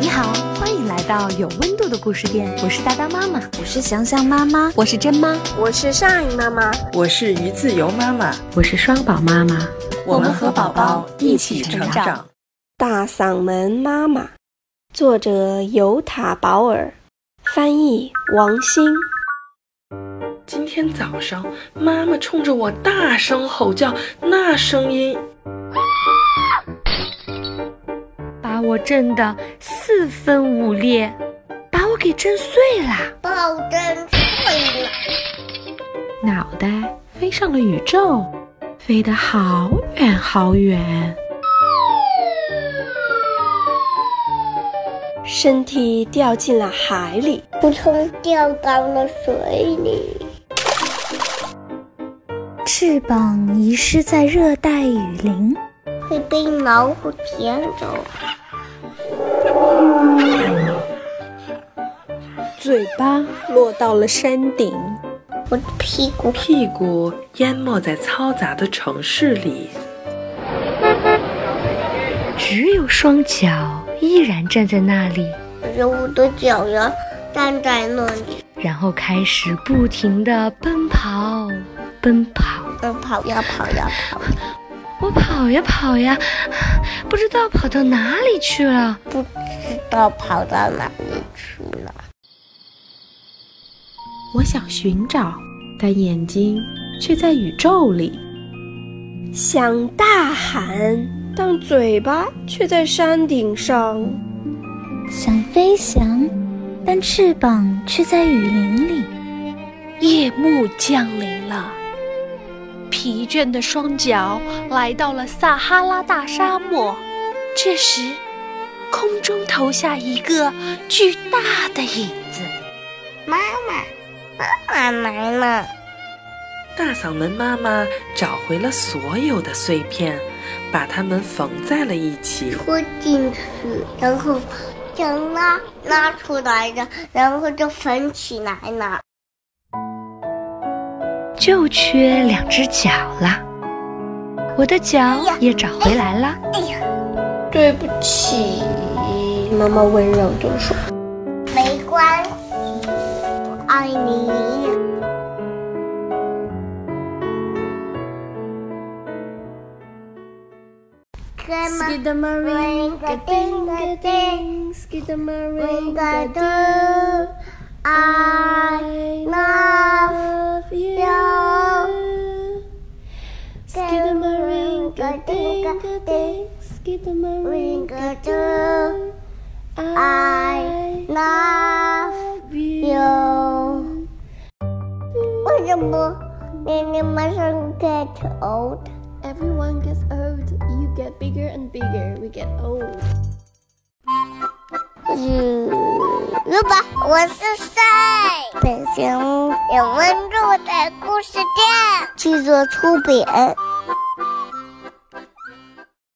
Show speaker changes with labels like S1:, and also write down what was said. S1: 你好，欢迎来到有温度的故事店，我是大大妈妈，
S2: 我是翔翔妈妈，
S1: 我是真妈，
S3: 我是上一妈妈，
S4: 我是鱼自由妈妈，
S5: 我是双宝妈妈，
S1: 我们和宝宝一起成长。《
S3: 大嗓门妈妈》，作者尤塔·保尔，翻译王鑫。
S6: 今天早上，妈妈冲着我大声吼叫，那声音
S5: 把我震得四分五裂，把我给震碎了，
S7: 把我震碎了，
S5: 脑袋飞上了宇宙，飞得好远好远，
S3: 身体掉进了海里，
S7: 扑通掉到了水里。
S8: 翅膀遗失在热带雨林，
S7: 会被老虎舔走。
S9: 嘴巴落到了山顶，
S7: 我的屁股
S4: 屁股淹没在嘈杂的城市里，
S5: 只有双脚依然站在那里。
S7: 可是我的脚呀，站在那里，
S5: 然后开始不停地奔跑，奔跑，
S7: 嗯，跑呀跑呀跑呀，
S5: 我跑呀跑呀，不知道跑到哪里去了。
S7: 不知道跑到哪里去了。
S5: 我想寻找，但眼睛却在宇宙里。
S3: 想大喊，但嘴巴却在山顶上。
S8: 想飞翔，但翅膀却在雨林里。
S10: 夜幕降临了，疲倦的双脚来到了撒哈拉大沙漠。这时，空中投下一个巨大的影子。
S7: 妈妈。妈妈来了！
S4: 大嗓门妈妈找回了所有的碎片，把它们缝在了一起，
S7: 戳进去，然后这样拉拉出来的，然后就缝起来了。
S5: 就缺两只脚了，我的
S10: 哎
S5: 脚也找回来了。哎呀，
S3: 对不起，妈妈温柔地说。
S7: 没关系。爱你。
S9: Skidamarink-a-dink-a-dink,
S7: Skidamarink-a-doo, I love you. Skidamarink-a-dink-a-dink, Skidamarink-a-doo, I love you. 为什么你你马上 get old?
S9: Everyone gets old. You get bigger and bigger. We get old.
S7: 嗯，如果我是谁？北京有温度的故事店，记者出品。